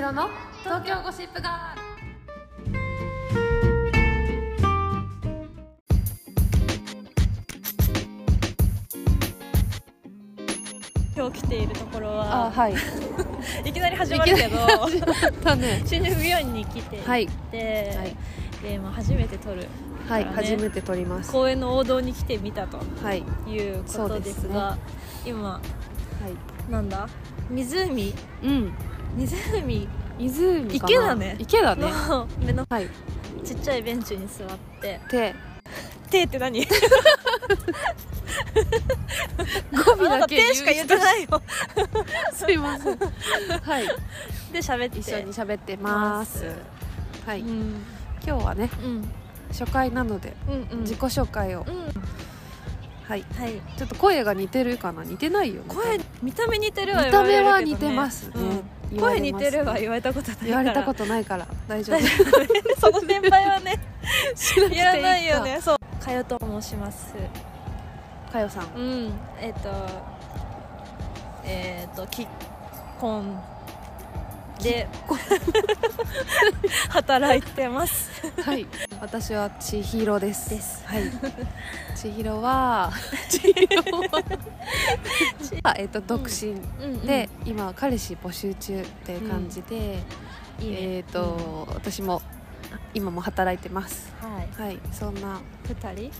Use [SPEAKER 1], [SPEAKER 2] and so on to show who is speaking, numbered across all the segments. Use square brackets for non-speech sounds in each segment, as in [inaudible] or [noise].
[SPEAKER 1] ろの東京ゴシップガール
[SPEAKER 2] 今日来ているところ
[SPEAKER 1] あ
[SPEAKER 2] は
[SPEAKER 1] はい
[SPEAKER 2] いきなり始まるけど
[SPEAKER 1] だね
[SPEAKER 2] 新宿御苑に来ていて、
[SPEAKER 1] はいはい
[SPEAKER 2] でまあ、初めて撮る
[SPEAKER 1] はい、
[SPEAKER 2] だからね
[SPEAKER 1] 初めて撮ります
[SPEAKER 2] 公園の王道に来てみたと
[SPEAKER 1] はいは
[SPEAKER 2] いうこ
[SPEAKER 1] そう
[SPEAKER 2] と
[SPEAKER 1] で
[SPEAKER 2] です
[SPEAKER 1] ね
[SPEAKER 2] すが今なんだ湖
[SPEAKER 1] いうん
[SPEAKER 2] 湖
[SPEAKER 1] 湖かな
[SPEAKER 2] 池だね
[SPEAKER 1] 池だね
[SPEAKER 2] の目の
[SPEAKER 1] はい
[SPEAKER 2] ちっちゃいベンチに座って
[SPEAKER 1] 手
[SPEAKER 2] 手って [laughs] 何
[SPEAKER 1] 語尾
[SPEAKER 2] あな
[SPEAKER 1] だ
[SPEAKER 2] た
[SPEAKER 1] け
[SPEAKER 2] 手しか言ってないよ
[SPEAKER 1] うすいません
[SPEAKER 2] [laughs]
[SPEAKER 1] はい
[SPEAKER 2] で喋って
[SPEAKER 1] 一緒に喋ってます
[SPEAKER 2] ます
[SPEAKER 1] はい、
[SPEAKER 2] うん
[SPEAKER 1] 今日はね
[SPEAKER 2] うん
[SPEAKER 1] 初回なので
[SPEAKER 2] うんうん
[SPEAKER 1] 自己紹介を、
[SPEAKER 2] うん
[SPEAKER 1] はい
[SPEAKER 2] はい
[SPEAKER 1] ちょっと声が似てるかな似てないよね
[SPEAKER 2] 声見た目似てる
[SPEAKER 1] 見
[SPEAKER 2] わ言
[SPEAKER 1] た
[SPEAKER 2] われ
[SPEAKER 1] 目
[SPEAKER 2] るけどね
[SPEAKER 1] は似てますね
[SPEAKER 2] うん
[SPEAKER 1] 言われ
[SPEAKER 2] 声
[SPEAKER 1] ます
[SPEAKER 2] 似てるわ言われたことないから
[SPEAKER 1] 言われたことないから大丈夫
[SPEAKER 2] 大丈夫 [laughs] その先輩はね [laughs]
[SPEAKER 1] 知 [laughs] ら
[SPEAKER 2] いらないよねそうかよと申します
[SPEAKER 1] かよさん
[SPEAKER 2] うんえっ、とえっ、と既婚で [laughs] 働いてます
[SPEAKER 1] はい私は千尋です
[SPEAKER 2] です
[SPEAKER 1] はい千尋
[SPEAKER 2] [laughs]
[SPEAKER 1] は千尋は [laughs] えっと独身
[SPEAKER 2] うんうん
[SPEAKER 1] で、今彼氏募集中っていう感じで、
[SPEAKER 2] いいね
[SPEAKER 1] えっ、と、私も今も働いてます
[SPEAKER 2] うんはい
[SPEAKER 1] はいそんな
[SPEAKER 2] 2人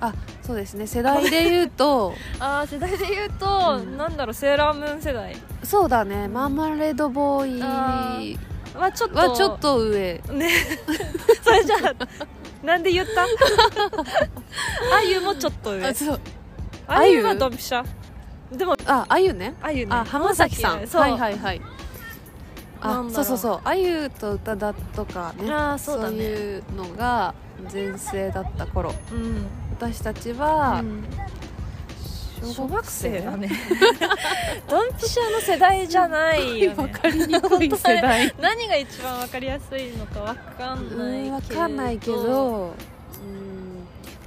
[SPEAKER 1] あそうですね世代で言う
[SPEAKER 2] [laughs]
[SPEAKER 1] と
[SPEAKER 2] ああ世代で言うと、
[SPEAKER 1] うん
[SPEAKER 2] なんだろうセーラームーン世代
[SPEAKER 1] そうだねマーマレードボーイ
[SPEAKER 2] あーはちょっと
[SPEAKER 1] はちょっと上
[SPEAKER 2] ね [laughs] それじゃあなんで言った [laughs] あゆもちょっと上
[SPEAKER 1] あそう
[SPEAKER 2] あゆは
[SPEAKER 1] あゆ
[SPEAKER 2] ドンピシャでも
[SPEAKER 1] ああゆね
[SPEAKER 2] あゆね
[SPEAKER 1] あ浜崎さん
[SPEAKER 2] そう、
[SPEAKER 1] はいはいはい
[SPEAKER 2] な
[SPEAKER 1] あ
[SPEAKER 2] んだろう
[SPEAKER 1] そうそうそうあゆと宇多田とかね
[SPEAKER 2] あーそうだね
[SPEAKER 1] いうのが全盛だった頃
[SPEAKER 2] うん
[SPEAKER 1] 私たちは
[SPEAKER 2] うん
[SPEAKER 1] 小学生
[SPEAKER 2] だね [laughs] ドンピシャの世代じゃないよ、
[SPEAKER 1] わ
[SPEAKER 2] ね、
[SPEAKER 1] かりにくい世代
[SPEAKER 2] [laughs] 何が一番わかりやすいのかわかんな
[SPEAKER 1] う
[SPEAKER 2] いけ
[SPEAKER 1] ん
[SPEAKER 2] ど
[SPEAKER 1] わかんないけどうん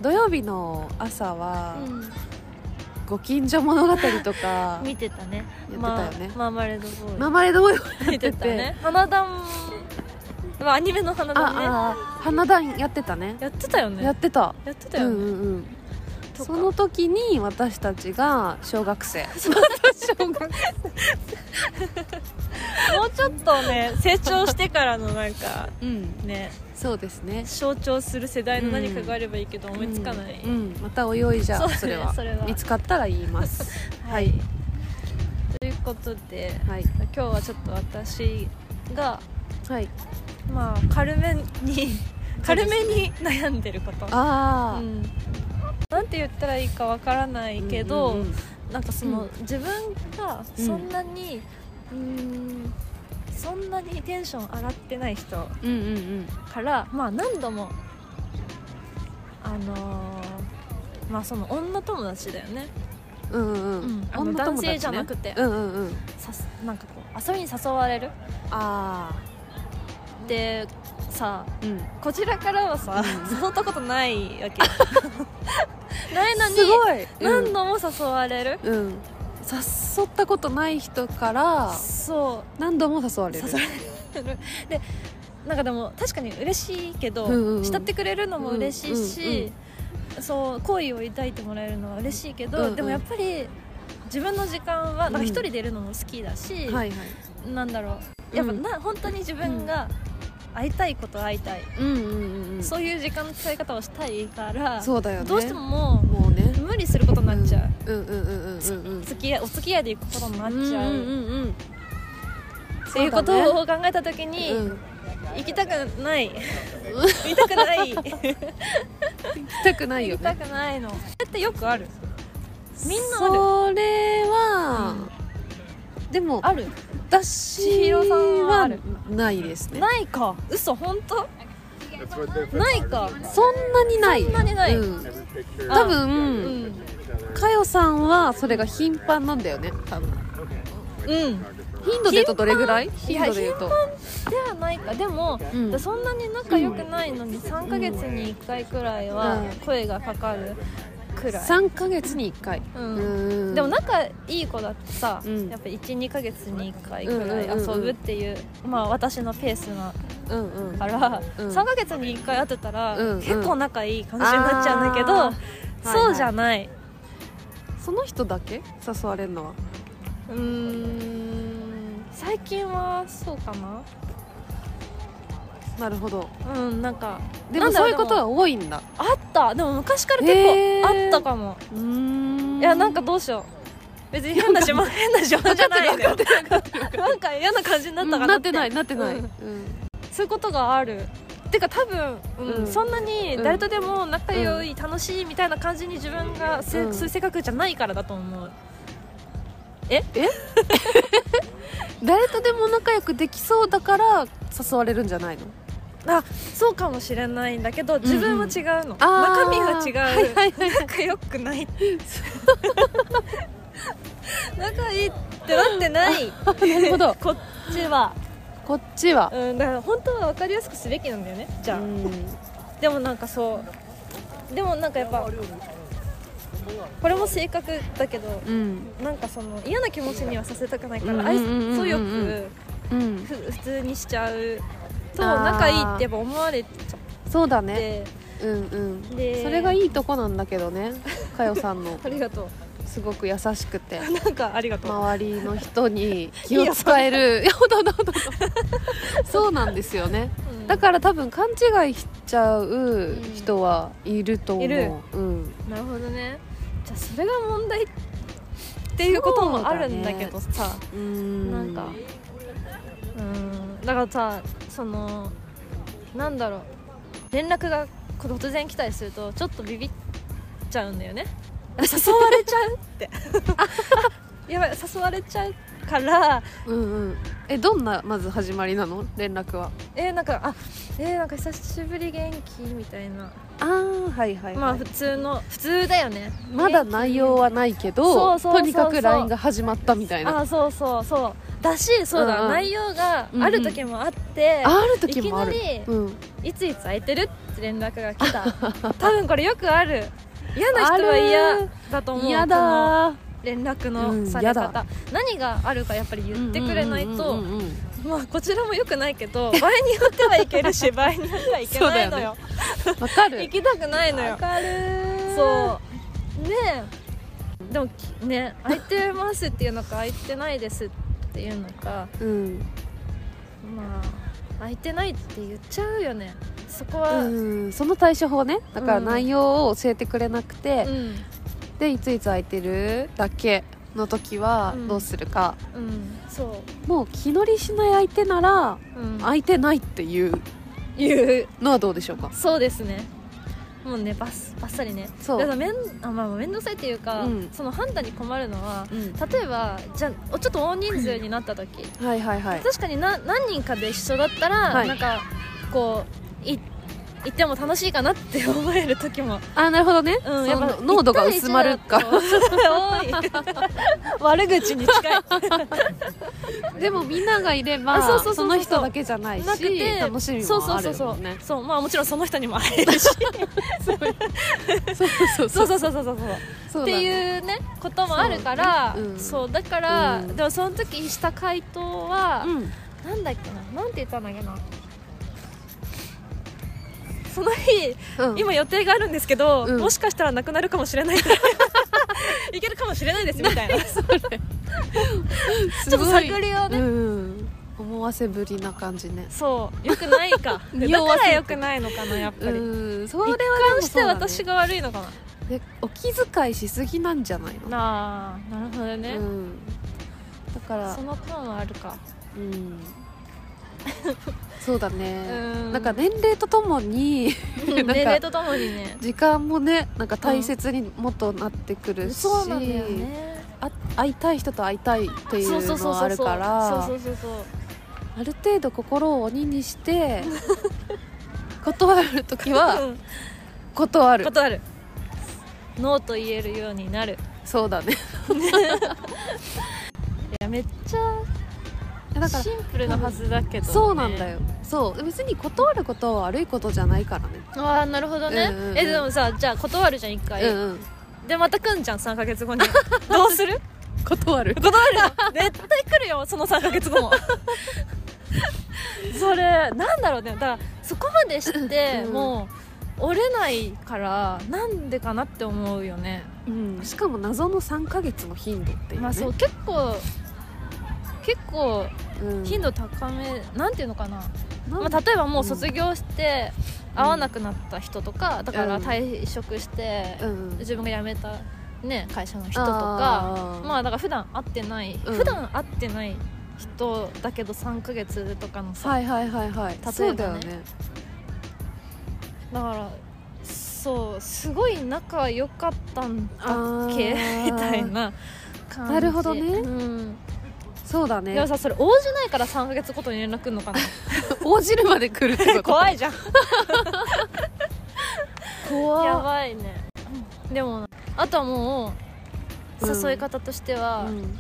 [SPEAKER 1] 土曜日の朝は
[SPEAKER 2] うん
[SPEAKER 1] ご近所物語とか
[SPEAKER 2] [laughs] 見てたね
[SPEAKER 1] やってたよね
[SPEAKER 2] まあ、マーマレードボーイ
[SPEAKER 1] マーマレードボーイ
[SPEAKER 2] 見てたね花壇まあアニメの花
[SPEAKER 1] あ
[SPEAKER 2] 壇ね
[SPEAKER 1] ああ花壇やってたね
[SPEAKER 2] やってたよね
[SPEAKER 1] やってた
[SPEAKER 2] やってたよ
[SPEAKER 1] うん
[SPEAKER 2] ね、
[SPEAKER 1] うんうん
[SPEAKER 2] と
[SPEAKER 1] そ
[SPEAKER 2] か
[SPEAKER 1] の時に私たちが小学
[SPEAKER 2] [laughs]
[SPEAKER 1] 生小学生
[SPEAKER 2] もうちょっとね成長してからのなんか
[SPEAKER 1] うん
[SPEAKER 2] ね
[SPEAKER 1] そうですね
[SPEAKER 2] 象徴する世代の何かがあればいいけど思いつかない、
[SPEAKER 1] うんうんまた泳いじゃ
[SPEAKER 2] そう
[SPEAKER 1] う
[SPEAKER 2] ね
[SPEAKER 1] それは
[SPEAKER 2] それは
[SPEAKER 1] 見つかったら言います
[SPEAKER 2] [laughs]
[SPEAKER 1] はい
[SPEAKER 2] ということで
[SPEAKER 1] はい
[SPEAKER 2] 今日はちょっと私が
[SPEAKER 1] はい
[SPEAKER 2] まあ軽めに軽めに悩んでること、う
[SPEAKER 1] あ
[SPEAKER 2] ん、なんて言ったらいいかわからな
[SPEAKER 1] あ
[SPEAKER 2] いけど、
[SPEAKER 1] うんうん
[SPEAKER 2] なんかその、自分がそんなにうーんそんなにテンション上がってない人
[SPEAKER 1] うんうんうん
[SPEAKER 2] から、まあ、何度もあのーまあその女友達だよね、
[SPEAKER 1] うんうんうん
[SPEAKER 2] あの
[SPEAKER 1] 女友達ね
[SPEAKER 2] 男性じゃなくて、
[SPEAKER 1] うんうんうん
[SPEAKER 2] さすなんかこう遊びに誘われる
[SPEAKER 1] あ
[SPEAKER 2] でさ
[SPEAKER 1] あうん
[SPEAKER 2] こちらからはさ、誘ったことないわけないのに
[SPEAKER 1] すごい
[SPEAKER 2] 何度も誘われる、
[SPEAKER 1] うんうん誘ったことない人から
[SPEAKER 2] そ
[SPEAKER 1] 何度も誘わ
[SPEAKER 2] う
[SPEAKER 1] れる
[SPEAKER 2] 誘われるでなんかでも確かに嬉しいけど、
[SPEAKER 1] うんうんうん
[SPEAKER 2] 慕ってくれるのも嬉しいし、そう好意を抱いてもらえるのは嬉しいけど、
[SPEAKER 1] うんうん
[SPEAKER 2] でもやっぱり自分の時間はなん
[SPEAKER 1] うん
[SPEAKER 2] か一人でいるのも好きだし、
[SPEAKER 1] はいはい
[SPEAKER 2] なんだろうやっぱな、本当に自分が会いたいこと会いたい、
[SPEAKER 1] うんうんうんうん
[SPEAKER 2] そういう時間の使い方をしたいから
[SPEAKER 1] そうだよね
[SPEAKER 2] どうしてもも
[SPEAKER 1] もうね
[SPEAKER 2] う無理することになっちゃう、
[SPEAKER 1] うんうんうんうんうんうん
[SPEAKER 2] 付き合いお付き合いでいくことになっちゃう,、
[SPEAKER 1] んうんうんうん
[SPEAKER 2] っていうことを考えた時に、
[SPEAKER 1] うん、行
[SPEAKER 2] 行きたくない行きたく [laughs] ない
[SPEAKER 1] きたくないよ
[SPEAKER 2] 行きた
[SPEAKER 1] ね
[SPEAKER 2] くないのそれってよくあるみんなある
[SPEAKER 1] それは、でも
[SPEAKER 2] ある千
[SPEAKER 1] 私
[SPEAKER 2] 尋さんはあ
[SPEAKER 1] は
[SPEAKER 2] る
[SPEAKER 1] ないですね
[SPEAKER 2] ないか嘘本当
[SPEAKER 3] That's what they're
[SPEAKER 2] ないか
[SPEAKER 1] そんなにない
[SPEAKER 2] そんなにない
[SPEAKER 1] うん、
[SPEAKER 3] every picture.
[SPEAKER 1] 多
[SPEAKER 2] う
[SPEAKER 1] 分
[SPEAKER 2] ん
[SPEAKER 1] かよさんはそれが頻繁なんだよね多分
[SPEAKER 2] うん
[SPEAKER 1] 頻度で言うとどれぐらい
[SPEAKER 2] 頻
[SPEAKER 1] 頻
[SPEAKER 2] 繁
[SPEAKER 1] 度で言うと
[SPEAKER 2] ではないかでも、
[SPEAKER 1] うん
[SPEAKER 2] そんなに仲良くないのに3ヶ月に1回くらいは
[SPEAKER 1] うん
[SPEAKER 2] 声がかかるくらい、
[SPEAKER 1] 3ヶ月に1回
[SPEAKER 2] う
[SPEAKER 1] うんん
[SPEAKER 2] でも仲いい子だってさ、
[SPEAKER 1] うん
[SPEAKER 2] やっぱ12ヶ月に1回ぐらい
[SPEAKER 1] うんうんうんうん
[SPEAKER 2] 遊ぶっていう,、まあ私のペースな
[SPEAKER 1] うんうん
[SPEAKER 2] から、
[SPEAKER 1] うん
[SPEAKER 2] 3ヶ月に1回会ってたら、
[SPEAKER 1] うんうん
[SPEAKER 2] 結構仲いい感じになっちゃうんだけど、
[SPEAKER 1] あー
[SPEAKER 2] そうじゃない、
[SPEAKER 1] その人だけ誘われるのは
[SPEAKER 2] うーん最近はそうか
[SPEAKER 1] なるほど
[SPEAKER 2] なうんなんか
[SPEAKER 1] で
[SPEAKER 2] な
[SPEAKER 1] も
[SPEAKER 2] んだろ
[SPEAKER 1] そういうことは多いんだ
[SPEAKER 2] あったでも昔から結構あったかも、
[SPEAKER 1] うーん
[SPEAKER 2] いやなんかどうしよう別に変な自慢変な自慢じゃないのよなんか嫌な感じになったか
[SPEAKER 1] うん
[SPEAKER 2] な
[SPEAKER 1] な
[SPEAKER 2] っ
[SPEAKER 1] っててないなってない、
[SPEAKER 2] う
[SPEAKER 1] うんん
[SPEAKER 2] そういうことがあるてか多分、うん
[SPEAKER 1] うん
[SPEAKER 2] そんなに誰とでも仲良い、楽しいみたいな感じに自分がせ、
[SPEAKER 1] うん
[SPEAKER 2] そういう性格じゃないからだと思う
[SPEAKER 1] 誰とでも仲良くできそうだから誘われるんじゃないの
[SPEAKER 2] あそうかもしれないんだけど自分は違うの、
[SPEAKER 1] あ
[SPEAKER 2] 中身が
[SPEAKER 1] ー
[SPEAKER 2] 違う、
[SPEAKER 1] はいはいはい
[SPEAKER 2] 仲良くない [laughs] 仲いいってなってな
[SPEAKER 1] [laughs]
[SPEAKER 2] い
[SPEAKER 1] なるほど
[SPEAKER 2] こっちは
[SPEAKER 1] こっちは
[SPEAKER 2] うんだから本当は分かりやすくすべきなんだよねじゃあ、
[SPEAKER 1] うん
[SPEAKER 2] でもなんかそうでもなんかやっぱこれも性格だけど
[SPEAKER 1] うん
[SPEAKER 2] なんかその嫌な気持ちにはさせたくないか
[SPEAKER 1] うんう
[SPEAKER 2] ら
[SPEAKER 1] ん
[SPEAKER 2] 愛
[SPEAKER 1] うんうんうん
[SPEAKER 2] 想よく
[SPEAKER 1] うん
[SPEAKER 2] ふ普通にしちゃうと
[SPEAKER 1] あー
[SPEAKER 2] 仲いいってやっぱ思われちゃっ
[SPEAKER 1] そうだね
[SPEAKER 2] て
[SPEAKER 1] うんうん
[SPEAKER 2] で
[SPEAKER 1] それがいいとこなんだけどねかよさんの
[SPEAKER 2] ありがと
[SPEAKER 1] すごく優しくて
[SPEAKER 2] うなんかありがとう、
[SPEAKER 1] 周りの人に気を使えるいやほんとほんとほんとそうなんですよね
[SPEAKER 2] うん
[SPEAKER 1] だから多分勘違いしちゃう人はいると思う、
[SPEAKER 2] いる
[SPEAKER 1] うん、
[SPEAKER 2] なるほどねじゃあそれが問題っていうこともあるんだけどさ、
[SPEAKER 1] うん
[SPEAKER 2] なんかうんだからさそのなんだろう連絡がこう突然来たりするとちょっとビビっちゃうんだよね誘われちゃうって [laughs] あやばい誘われちゃうから
[SPEAKER 1] うんうんえどんなまず始まりなの連絡は
[SPEAKER 2] えー、なんかあえー、なんか久しぶり元気みたいな
[SPEAKER 1] ああはいはい、
[SPEAKER 2] ま
[SPEAKER 1] ま
[SPEAKER 2] あ普通の普通だよね
[SPEAKER 1] だ内容はないけ
[SPEAKER 2] そ
[SPEAKER 1] ど
[SPEAKER 2] うそうそうそう
[SPEAKER 1] とにかく LINE が始まったみたいなあ
[SPEAKER 2] あそうそうそうだしそう
[SPEAKER 1] う
[SPEAKER 2] だ、
[SPEAKER 1] んうん
[SPEAKER 2] 内容がある時もあって、
[SPEAKER 1] る時もある
[SPEAKER 2] いきなり
[SPEAKER 1] うん、
[SPEAKER 2] いついつ空いてるって連絡が来た [laughs] 多分これよくある嫌な人は嫌だと思う
[SPEAKER 1] 嫌だー
[SPEAKER 2] この連絡
[SPEAKER 1] う
[SPEAKER 2] の
[SPEAKER 1] ん
[SPEAKER 2] され
[SPEAKER 1] 嫌だ
[SPEAKER 2] 方、何があるかやっぱり言ってくれないと、
[SPEAKER 1] うんうんうんうんうん
[SPEAKER 2] まあこちらもよくないけど場合によってはいけ
[SPEAKER 1] [laughs]
[SPEAKER 2] るし場合によってはいけないのよ
[SPEAKER 1] わかる
[SPEAKER 2] 行きたくないのよ
[SPEAKER 1] かる
[SPEAKER 2] そうねえでもきね空いてますっていうのか空いてないですっていうのか
[SPEAKER 1] ううん
[SPEAKER 2] まあ空いてないって言っちゃうよねそこは、うん
[SPEAKER 1] うん、その対処法ねだから
[SPEAKER 2] うん
[SPEAKER 1] 内容を教えてくれなくて、でいついつ空いてるだけの時は
[SPEAKER 2] うん
[SPEAKER 1] どうするか、
[SPEAKER 2] うんそ
[SPEAKER 1] もう気乗りしない相手なら
[SPEAKER 2] う、うん、
[SPEAKER 1] 空いてないっていう
[SPEAKER 2] 言う
[SPEAKER 1] のはどうでしょうか
[SPEAKER 2] そうですねもうねバスバッサリね
[SPEAKER 1] そう
[SPEAKER 2] だからめんあ、まあ、面倒くさいっていうか、
[SPEAKER 1] うん
[SPEAKER 2] その判断に困るのは
[SPEAKER 1] うん
[SPEAKER 2] 例えばじゃあおちょっと大人数になった時
[SPEAKER 1] はいはいはい
[SPEAKER 2] 確かにな何人かで一緒だったら、
[SPEAKER 1] はい
[SPEAKER 2] なんかこうい行っても楽しいかなって [laughs] 思える時も、
[SPEAKER 1] あなるほどね、
[SPEAKER 2] うん、
[SPEAKER 1] そ
[SPEAKER 2] やっぱ
[SPEAKER 1] の濃度が薄まるか
[SPEAKER 2] 1対1だと
[SPEAKER 1] [laughs]
[SPEAKER 2] 多い悪口に近い
[SPEAKER 1] でもみんながいれば
[SPEAKER 2] あそうそうそうそう
[SPEAKER 1] の人だけじゃないし
[SPEAKER 2] [laughs] なくて
[SPEAKER 1] 楽しみ
[SPEAKER 2] そう
[SPEAKER 1] も
[SPEAKER 2] そう
[SPEAKER 1] あ
[SPEAKER 2] そ
[SPEAKER 1] る
[SPEAKER 2] うそ
[SPEAKER 1] も
[SPEAKER 2] うん
[SPEAKER 1] ね
[SPEAKER 2] そうまあもちろんその人にも会えるし
[SPEAKER 1] そう [laughs] そうそうう
[SPEAKER 2] そそうそうそうそう
[SPEAKER 1] そう
[SPEAKER 2] って
[SPEAKER 1] う
[SPEAKER 2] いうねこともあるからそ,、
[SPEAKER 1] そううねうん
[SPEAKER 2] だから、
[SPEAKER 1] うん
[SPEAKER 2] でもその時した回答
[SPEAKER 1] だ
[SPEAKER 2] は、
[SPEAKER 1] ね、うん、
[SPEAKER 2] なんだっけななんて言ったんだっけなその日、
[SPEAKER 1] うん
[SPEAKER 2] 今予定があるんですけど、
[SPEAKER 1] うん
[SPEAKER 2] もしかしたらなくなるかもしれ
[SPEAKER 1] [laughs]
[SPEAKER 2] ないいけるかもしれないですみたいなちょっ
[SPEAKER 1] す
[SPEAKER 2] と
[SPEAKER 1] ごい
[SPEAKER 2] 探りをね、
[SPEAKER 1] うん、思わせぶりな感じね
[SPEAKER 2] そうよくない
[SPEAKER 1] [laughs]
[SPEAKER 2] かだ
[SPEAKER 1] 匂
[SPEAKER 2] か
[SPEAKER 1] わせ
[SPEAKER 2] ら
[SPEAKER 1] て
[SPEAKER 2] よくないのかなやっぱり、
[SPEAKER 1] うんそれ
[SPEAKER 2] 一
[SPEAKER 1] はで
[SPEAKER 2] 貫
[SPEAKER 1] も
[SPEAKER 2] し
[SPEAKER 1] そ
[SPEAKER 2] て
[SPEAKER 1] うだね
[SPEAKER 2] 私が悪いのかな、
[SPEAKER 1] でお気遣いしすぎなんじゃないの
[SPEAKER 2] なあなるほどね、
[SPEAKER 1] うん、だから
[SPEAKER 2] その感はあるか
[SPEAKER 1] うん [laughs] そうだ
[SPEAKER 2] う
[SPEAKER 1] ね、
[SPEAKER 2] ん
[SPEAKER 1] なんか年齢ととも
[SPEAKER 2] [laughs]
[SPEAKER 1] に
[SPEAKER 2] うん
[SPEAKER 1] なんか
[SPEAKER 2] 年齢とともにね
[SPEAKER 1] 時間もねなんか大切にもっとなってくるし、
[SPEAKER 2] そうなんだよね
[SPEAKER 1] あ会いたい人と会いたいってい
[SPEAKER 2] そうそううそ
[SPEAKER 1] の
[SPEAKER 2] う
[SPEAKER 1] はあ
[SPEAKER 2] そう
[SPEAKER 1] る
[SPEAKER 2] そう
[SPEAKER 1] か
[SPEAKER 2] そ
[SPEAKER 1] ら
[SPEAKER 2] うそうそうそう
[SPEAKER 1] ある程度心を鬼にして
[SPEAKER 2] [laughs]
[SPEAKER 1] 断る時は
[SPEAKER 2] うん
[SPEAKER 1] 断る
[SPEAKER 2] 断るノーと言えるようになる
[SPEAKER 1] そうだね
[SPEAKER 2] いやめっちゃ
[SPEAKER 1] だか
[SPEAKER 2] シ
[SPEAKER 1] ら
[SPEAKER 2] ンプルなはずだけど、ね、
[SPEAKER 1] そうなんだよそう別に断ることは悪いことじゃないからね
[SPEAKER 2] ああなるほどね、
[SPEAKER 1] うんうんうん
[SPEAKER 2] えでもさじゃあ断るじゃん一回、
[SPEAKER 1] うんうん
[SPEAKER 2] でまた来んじゃん3か月後にどうする
[SPEAKER 1] [laughs] 断る
[SPEAKER 2] 断るの [laughs] 絶対来るよその3か
[SPEAKER 1] [laughs]
[SPEAKER 2] 月後もそれなんだろうねだからそこまでして、
[SPEAKER 1] うん
[SPEAKER 2] もう折れないからなんでかなって思うよね
[SPEAKER 1] うんしかも謎の3ヶ月の頻度っていうね
[SPEAKER 2] まあそう結構結構
[SPEAKER 1] うん
[SPEAKER 2] 頻度高め、なんていうのかな、
[SPEAKER 1] なん
[SPEAKER 2] まあ、例えばもう卒業して会わなくなった人とか、だから
[SPEAKER 1] うん
[SPEAKER 2] 退職して、
[SPEAKER 1] うん
[SPEAKER 2] 自分が辞めた、ね、会社の人とか
[SPEAKER 1] あー
[SPEAKER 2] まあだから普段会ってない、
[SPEAKER 1] うん
[SPEAKER 2] 普段会ってない人だけど3ヶ月とかのさ、
[SPEAKER 1] はいはいはいはい
[SPEAKER 2] ばね
[SPEAKER 1] そうだよね
[SPEAKER 2] だからそうすごい仲良かったんだっけ
[SPEAKER 1] あー
[SPEAKER 2] [laughs] みたいな感じ
[SPEAKER 1] なるほどね
[SPEAKER 2] うん、
[SPEAKER 1] そうだ
[SPEAKER 2] でも
[SPEAKER 1] ね
[SPEAKER 2] さそれ応じないから3ヶ月ごとに連絡くんのか [laughs] な
[SPEAKER 1] 応じるまで来るってこと
[SPEAKER 2] 怖いじゃんや
[SPEAKER 1] 怖
[SPEAKER 2] ばいねでもあとはもう
[SPEAKER 1] うん
[SPEAKER 2] 誘い方として
[SPEAKER 1] い
[SPEAKER 2] は、
[SPEAKER 1] うん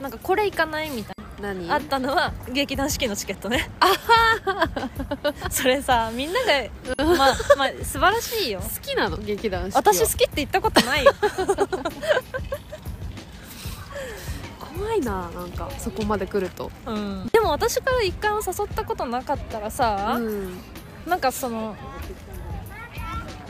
[SPEAKER 2] なんかこれ行かないみたい
[SPEAKER 1] 何
[SPEAKER 2] なあったのは劇団四季のチケットねそれさみんながまあまあ素晴らしいよ
[SPEAKER 1] 好きなの劇団四季は
[SPEAKER 2] 私好きって言ったことないよ
[SPEAKER 1] 怖いななんかそこまで来ると
[SPEAKER 2] うんでも私から一回も誘ったことなかったらさ、
[SPEAKER 1] うん
[SPEAKER 2] なんかその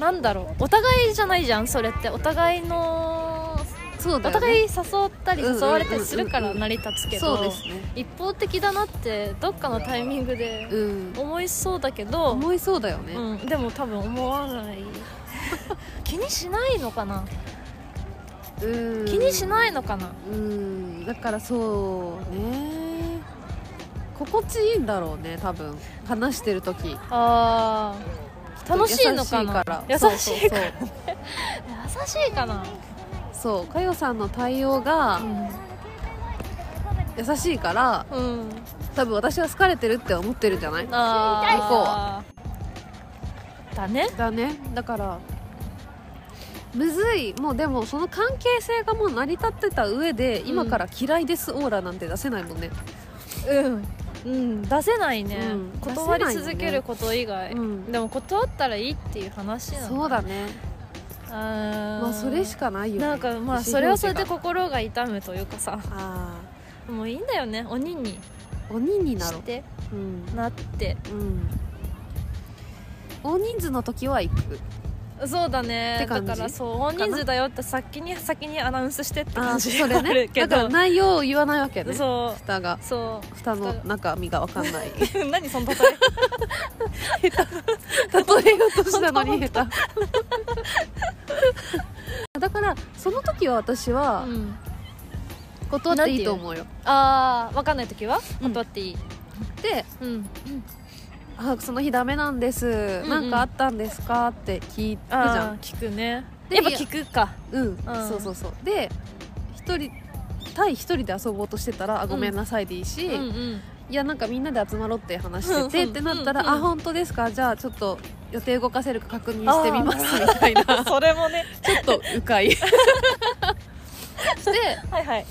[SPEAKER 2] なんだろうお互いじゃないじゃんそれってお互いの
[SPEAKER 1] そうだ
[SPEAKER 2] お
[SPEAKER 1] よ
[SPEAKER 2] 互い
[SPEAKER 1] ね
[SPEAKER 2] 誘ったり誘われたりするか
[SPEAKER 1] うん
[SPEAKER 2] ら
[SPEAKER 1] うんうん
[SPEAKER 2] 成り立つけど
[SPEAKER 1] そうですね
[SPEAKER 2] 一方的だなってどっかのタイミングで
[SPEAKER 1] うん
[SPEAKER 2] 思いそうだけど、
[SPEAKER 1] 思いそうだよね
[SPEAKER 2] うんでも多分思わ
[SPEAKER 1] [laughs]
[SPEAKER 2] ない気にしないのかな
[SPEAKER 1] うん
[SPEAKER 2] 気にしないのかな、
[SPEAKER 1] うんだからそうね心地いいんだろうね多分話してる時
[SPEAKER 2] あー楽しいのかな
[SPEAKER 1] 優
[SPEAKER 2] 優
[SPEAKER 1] しいから
[SPEAKER 2] し
[SPEAKER 1] そうそ
[SPEAKER 2] いか
[SPEAKER 1] う
[SPEAKER 2] 優しいかな、
[SPEAKER 1] そうそうかよさんの対応が優しいから
[SPEAKER 2] うん
[SPEAKER 1] 多分私は好かれてるって思ってるんじゃない
[SPEAKER 2] ああだね
[SPEAKER 1] だねだからむずいもうでもその関係性がもう成り立ってた上で
[SPEAKER 2] ん
[SPEAKER 1] 今から嫌いですオーラなんて出せないもんね
[SPEAKER 2] うんうん出せないね、
[SPEAKER 1] うん
[SPEAKER 2] 断
[SPEAKER 1] 出
[SPEAKER 2] り
[SPEAKER 1] せないよね
[SPEAKER 2] 続けること以外、
[SPEAKER 1] うん
[SPEAKER 2] でも断ったらいいっていう話なの
[SPEAKER 1] そうだね
[SPEAKER 2] あ
[SPEAKER 1] まあそれし
[SPEAKER 2] か
[SPEAKER 1] かないよね
[SPEAKER 2] なんかまあそれはそれで心が痛むというかさ
[SPEAKER 1] あ
[SPEAKER 2] もういいんだよね鬼に
[SPEAKER 1] あ鬼にな
[SPEAKER 2] し
[SPEAKER 1] ろう
[SPEAKER 2] て
[SPEAKER 1] うん
[SPEAKER 2] なって
[SPEAKER 1] うん大人数の時は行く
[SPEAKER 2] そうだね
[SPEAKER 1] って感じ
[SPEAKER 2] だからそう大人数だよって先に先にアナウンスしてって
[SPEAKER 1] あ
[SPEAKER 2] 感
[SPEAKER 1] あ
[SPEAKER 2] じ
[SPEAKER 1] それ
[SPEAKER 2] [laughs] あ
[SPEAKER 1] ね
[SPEAKER 2] るけ
[SPEAKER 1] だから
[SPEAKER 2] ど
[SPEAKER 1] 内容を言わないわけね
[SPEAKER 2] そ
[SPEAKER 1] 蓋が
[SPEAKER 2] うそ
[SPEAKER 1] 蓋の中身が分かんない [laughs]
[SPEAKER 2] う何その例
[SPEAKER 1] 例えようとしたのに下手 [laughs] だからその時は私
[SPEAKER 2] え、
[SPEAKER 1] は
[SPEAKER 2] ん、
[SPEAKER 1] 断っていいと思うよ
[SPEAKER 2] ああ分かんない時は
[SPEAKER 1] うん
[SPEAKER 2] 断っていい
[SPEAKER 1] で
[SPEAKER 2] うん
[SPEAKER 1] 「あその日ダメなんです、
[SPEAKER 2] ん
[SPEAKER 1] なんかあったんですか?」って聞くじゃ
[SPEAKER 2] ああ
[SPEAKER 1] ん
[SPEAKER 2] 聞くね
[SPEAKER 1] で
[SPEAKER 2] やっぱ聞くか
[SPEAKER 1] うん、
[SPEAKER 2] ん
[SPEAKER 1] そうそうそうで一人対一人で遊ぼうとしてたら「あごめんなさい」でいいし、
[SPEAKER 2] うんうん
[SPEAKER 1] いやなんかみんなで集まろうって話して
[SPEAKER 2] うん
[SPEAKER 1] て
[SPEAKER 2] うん
[SPEAKER 1] ってなった
[SPEAKER 2] うん
[SPEAKER 1] ら「
[SPEAKER 2] うん
[SPEAKER 1] あ本当ですかじゃあちょっと予定動かせるか確認してみます」みたい
[SPEAKER 2] [laughs]
[SPEAKER 1] な [laughs]
[SPEAKER 2] それもね
[SPEAKER 1] ちょっと迂回して
[SPEAKER 2] はいはい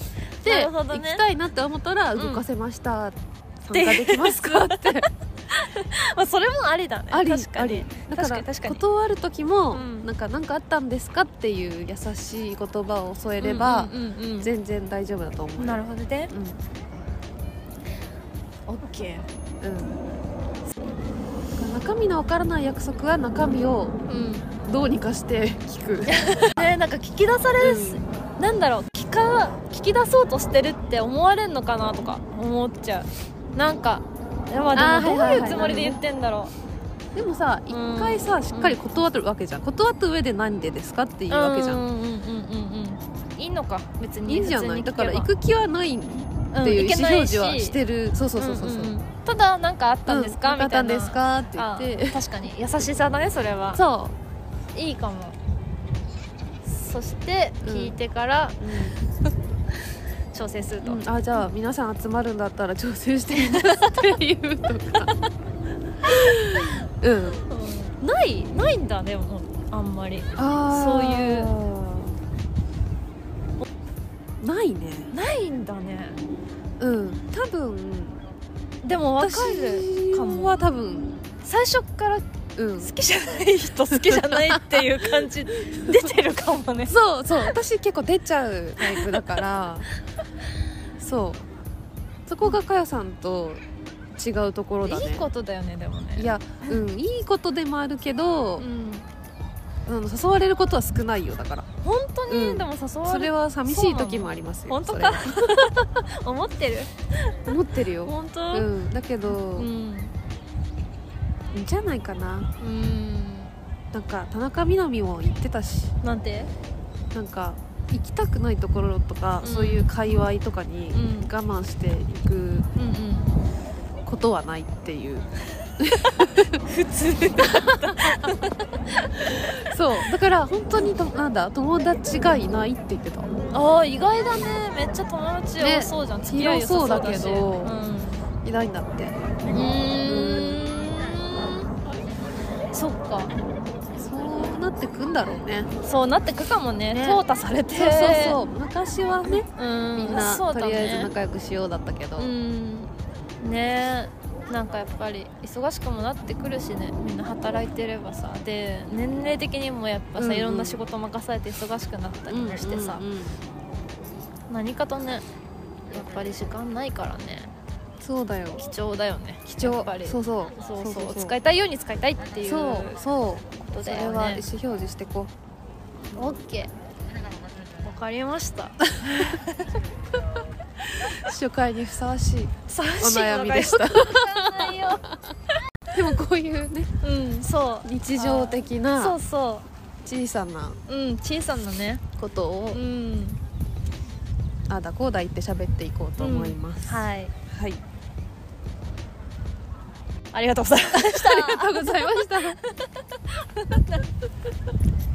[SPEAKER 2] な
[SPEAKER 1] で、
[SPEAKER 2] るほど
[SPEAKER 1] 行
[SPEAKER 2] ね
[SPEAKER 1] きたいなって思ったら「
[SPEAKER 2] うん
[SPEAKER 1] 動かせました」
[SPEAKER 2] て
[SPEAKER 1] 参加できます
[SPEAKER 2] [laughs]
[SPEAKER 1] かって
[SPEAKER 2] まあそれもありだね
[SPEAKER 1] あり
[SPEAKER 2] 確か
[SPEAKER 1] あ
[SPEAKER 2] に
[SPEAKER 1] りだか
[SPEAKER 2] 確からに確かに
[SPEAKER 1] 断る時も
[SPEAKER 2] うん
[SPEAKER 1] なんか何かあったんですかっていう優しい言葉を添えれば
[SPEAKER 2] うんうんうん
[SPEAKER 1] 全然大丈夫だと思
[SPEAKER 2] う
[SPEAKER 1] うん
[SPEAKER 2] なるほどね
[SPEAKER 1] どうん
[SPEAKER 2] OK
[SPEAKER 1] うん中身のわからない約束は中身を
[SPEAKER 2] うん
[SPEAKER 1] どうにかして聞く
[SPEAKER 2] ねなんか聞き出される、なんだろう聞か聞き出そうとしてるって思われんのかなとか思っちゃうなんかいやまあ
[SPEAKER 1] あー
[SPEAKER 2] でもどう
[SPEAKER 1] はいはい
[SPEAKER 2] い
[SPEAKER 1] は
[SPEAKER 2] う
[SPEAKER 1] い
[SPEAKER 2] つもりで言ってんだろ
[SPEAKER 1] でもさ一
[SPEAKER 2] うん
[SPEAKER 1] 回さしっかり断ってるわけじゃん断った上でなんでですかって
[SPEAKER 2] う
[SPEAKER 1] いう
[SPEAKER 2] う
[SPEAKER 1] わけじゃん
[SPEAKER 2] んうんうんうんうんいいのか別に
[SPEAKER 1] いいんじゃない
[SPEAKER 2] 普通
[SPEAKER 1] だから
[SPEAKER 2] に聞けば
[SPEAKER 1] 行く気はないって
[SPEAKER 2] うん
[SPEAKER 1] いう
[SPEAKER 2] 行
[SPEAKER 1] 意
[SPEAKER 2] け
[SPEAKER 1] 思
[SPEAKER 2] ない
[SPEAKER 1] 表示はしてるそうそうそうそうそ
[SPEAKER 2] んん
[SPEAKER 1] うん
[SPEAKER 2] ただ何かあったんですか、
[SPEAKER 1] う
[SPEAKER 2] みたいな
[SPEAKER 1] あったんですかって言って
[SPEAKER 2] あ確かに優しさだねそれ
[SPEAKER 1] [laughs]
[SPEAKER 2] は
[SPEAKER 1] そ
[SPEAKER 2] いいかもそして聞いてから
[SPEAKER 1] う、
[SPEAKER 2] 調整すると、
[SPEAKER 1] うんあじゃあ皆さん集まるんだったら調整してみますっていうと
[SPEAKER 2] [laughs]
[SPEAKER 1] かうん
[SPEAKER 2] うんないないんだねもうあんまり
[SPEAKER 1] あそういうないね
[SPEAKER 2] ないんだね
[SPEAKER 1] うん多分
[SPEAKER 2] でも分かるか
[SPEAKER 1] 私
[SPEAKER 2] も
[SPEAKER 1] は多分
[SPEAKER 2] 最初から
[SPEAKER 1] うん
[SPEAKER 2] 好きじゃない人好きじゃないっていう感じ [laughs] 出てるかもね
[SPEAKER 1] そうそう私結構出ちゃうタイプだからそうそこがかよさんと違うところだね
[SPEAKER 2] いいことだよねでもね
[SPEAKER 1] いやうんいいことでもあるけど
[SPEAKER 2] う、ん
[SPEAKER 1] あの誘われることは少ないよだから
[SPEAKER 2] 本当に、
[SPEAKER 1] うん
[SPEAKER 2] でも誘わ
[SPEAKER 1] そ
[SPEAKER 2] れ
[SPEAKER 1] れ
[SPEAKER 2] る
[SPEAKER 1] は寂しい時もありますよ
[SPEAKER 2] 本当
[SPEAKER 1] それ
[SPEAKER 2] か
[SPEAKER 1] は
[SPEAKER 2] 思ってる
[SPEAKER 1] 思ってるよ、
[SPEAKER 2] 本当
[SPEAKER 1] う
[SPEAKER 2] うん
[SPEAKER 1] ん、だけど、
[SPEAKER 2] うん、
[SPEAKER 1] いいんじゃないかななんか田中みな実も言ってたし
[SPEAKER 2] なんて
[SPEAKER 1] なんか行きたくないところとか、
[SPEAKER 2] うん
[SPEAKER 1] そういう界隈とかに
[SPEAKER 2] うん
[SPEAKER 1] 我慢していく
[SPEAKER 2] うんうん
[SPEAKER 1] ことはないっていう、
[SPEAKER 2] 普通
[SPEAKER 1] そうだから本当にとなんだ友達がいないって言ってた
[SPEAKER 2] ああ意外だねめっちゃ友達多そうじゃん、付き合い良さそうだけ
[SPEAKER 1] 広
[SPEAKER 2] ど
[SPEAKER 1] そう
[SPEAKER 2] う
[SPEAKER 1] だいないんだって
[SPEAKER 2] んうーんそっか
[SPEAKER 1] そうなってくんだろうね
[SPEAKER 2] そうなってくかもね
[SPEAKER 1] ね
[SPEAKER 2] 淘汰されて
[SPEAKER 1] そうそうそう昔はね
[SPEAKER 2] ううん
[SPEAKER 1] みんな、
[SPEAKER 2] そう
[SPEAKER 1] と
[SPEAKER 2] だ
[SPEAKER 1] りあえず
[SPEAKER 2] ね
[SPEAKER 1] 仲良くしようだったけど、
[SPEAKER 2] うんねえなんかやっぱり忙しくもなってくるしねみんな働いてればさで年齢的にもやっぱ
[SPEAKER 1] う
[SPEAKER 2] さ、
[SPEAKER 1] んうん
[SPEAKER 2] いろんな仕事任されて忙しくなったりもしてさ、
[SPEAKER 1] うんうんうん
[SPEAKER 2] 何かとねやっぱり時間ないからね
[SPEAKER 1] そうだよ
[SPEAKER 2] 貴重だよね
[SPEAKER 1] 貴
[SPEAKER 2] や
[SPEAKER 1] 重
[SPEAKER 2] っぱり
[SPEAKER 1] そうそう
[SPEAKER 2] そうそう使
[SPEAKER 1] 使い
[SPEAKER 2] いたいように使いたいっていう
[SPEAKER 1] そ
[SPEAKER 2] こ
[SPEAKER 1] うそう
[SPEAKER 2] と
[SPEAKER 1] そ
[SPEAKER 2] だ
[SPEAKER 1] れ
[SPEAKER 2] よ
[SPEAKER 1] は意
[SPEAKER 2] ね
[SPEAKER 1] 思表示してこ
[SPEAKER 2] オッケーわかりました
[SPEAKER 1] う初回にふさわしい
[SPEAKER 2] お
[SPEAKER 1] お悩みでしたでもこういうね
[SPEAKER 2] うんそう
[SPEAKER 1] 日常的
[SPEAKER 2] そ
[SPEAKER 1] な
[SPEAKER 2] うそ
[SPEAKER 1] 小さな
[SPEAKER 2] ううん小さなね
[SPEAKER 1] ことを
[SPEAKER 2] うん
[SPEAKER 1] ああだこうだ言って喋っていこうと思います、い、
[SPEAKER 2] はい
[SPEAKER 1] はい、
[SPEAKER 2] ありがとうございました
[SPEAKER 1] ありがとうございました